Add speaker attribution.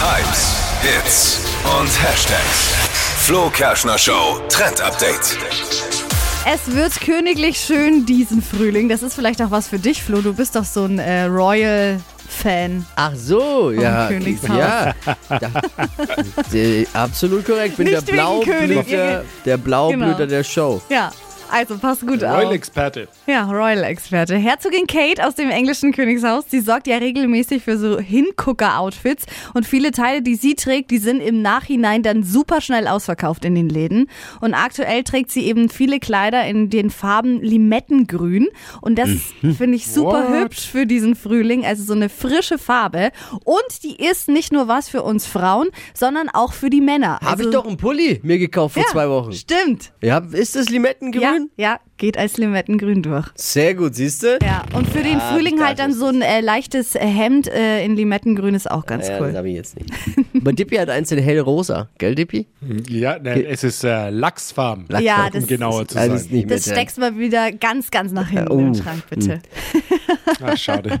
Speaker 1: Hypes, Hits und Hashtags. Flo Kerschner Show Trend Update.
Speaker 2: Es wird königlich schön diesen Frühling. Das ist vielleicht auch was für dich, Flo. Du bist doch so ein äh, Royal-Fan.
Speaker 3: Ach so, ja.
Speaker 2: Königshaus.
Speaker 3: Ja, da, äh, absolut korrekt. Bin
Speaker 2: Nicht
Speaker 3: der
Speaker 2: wegen König.
Speaker 3: Blaublüter, der Blaublüter
Speaker 2: Genau.
Speaker 3: der Show.
Speaker 2: Ja, also passt gut auf.
Speaker 4: Royal-Experte.
Speaker 2: Ja, Royal-Experte. Herzogin Kate aus dem englischen Königshaus, die sorgt ja regelmäßig für so Hingucker-Outfits und viele Teile, die sie trägt, die sind im Nachhinein dann super schnell ausverkauft in den Läden. Und aktuell trägt sie eben viele Kleider in den Farben Limettengrün und das
Speaker 3: Mhm.
Speaker 2: finde ich super
Speaker 4: What?
Speaker 2: hübsch für diesen Frühling, also so eine frische Farbe. Und die ist nicht nur was für uns Frauen, sondern auch für die Männer.
Speaker 3: Habe
Speaker 2: also,
Speaker 3: ich doch einen Pulli mir gekauft vor
Speaker 2: ja,
Speaker 3: zwei Wochen.
Speaker 2: Stimmt.
Speaker 3: Ja, ist das Limettengrün?
Speaker 2: Ja, ja, geht als Limettengrün durch.
Speaker 3: Sehr gut, siehst du?
Speaker 2: Ja, und für den Frühling halt dann so ein äh, leichtes Hemd äh, in Limettengrün ist auch ganz
Speaker 3: Ja, das
Speaker 2: cool.
Speaker 3: habe ich jetzt nicht. Aber Dippi hat eins in hellrosa, gell Dippi?
Speaker 4: Ja, ne, es ist äh, Lachsfarben.
Speaker 3: Lachs-
Speaker 2: Ja,
Speaker 3: um
Speaker 2: das,
Speaker 4: um genauer zu
Speaker 3: Das ist
Speaker 4: sein.
Speaker 3: nicht mehr
Speaker 2: das
Speaker 3: drin.
Speaker 2: steckst mal wieder ganz, ganz nach hinten
Speaker 3: Oh.
Speaker 2: im Schrank, bitte.
Speaker 4: Ach, Ah, schade.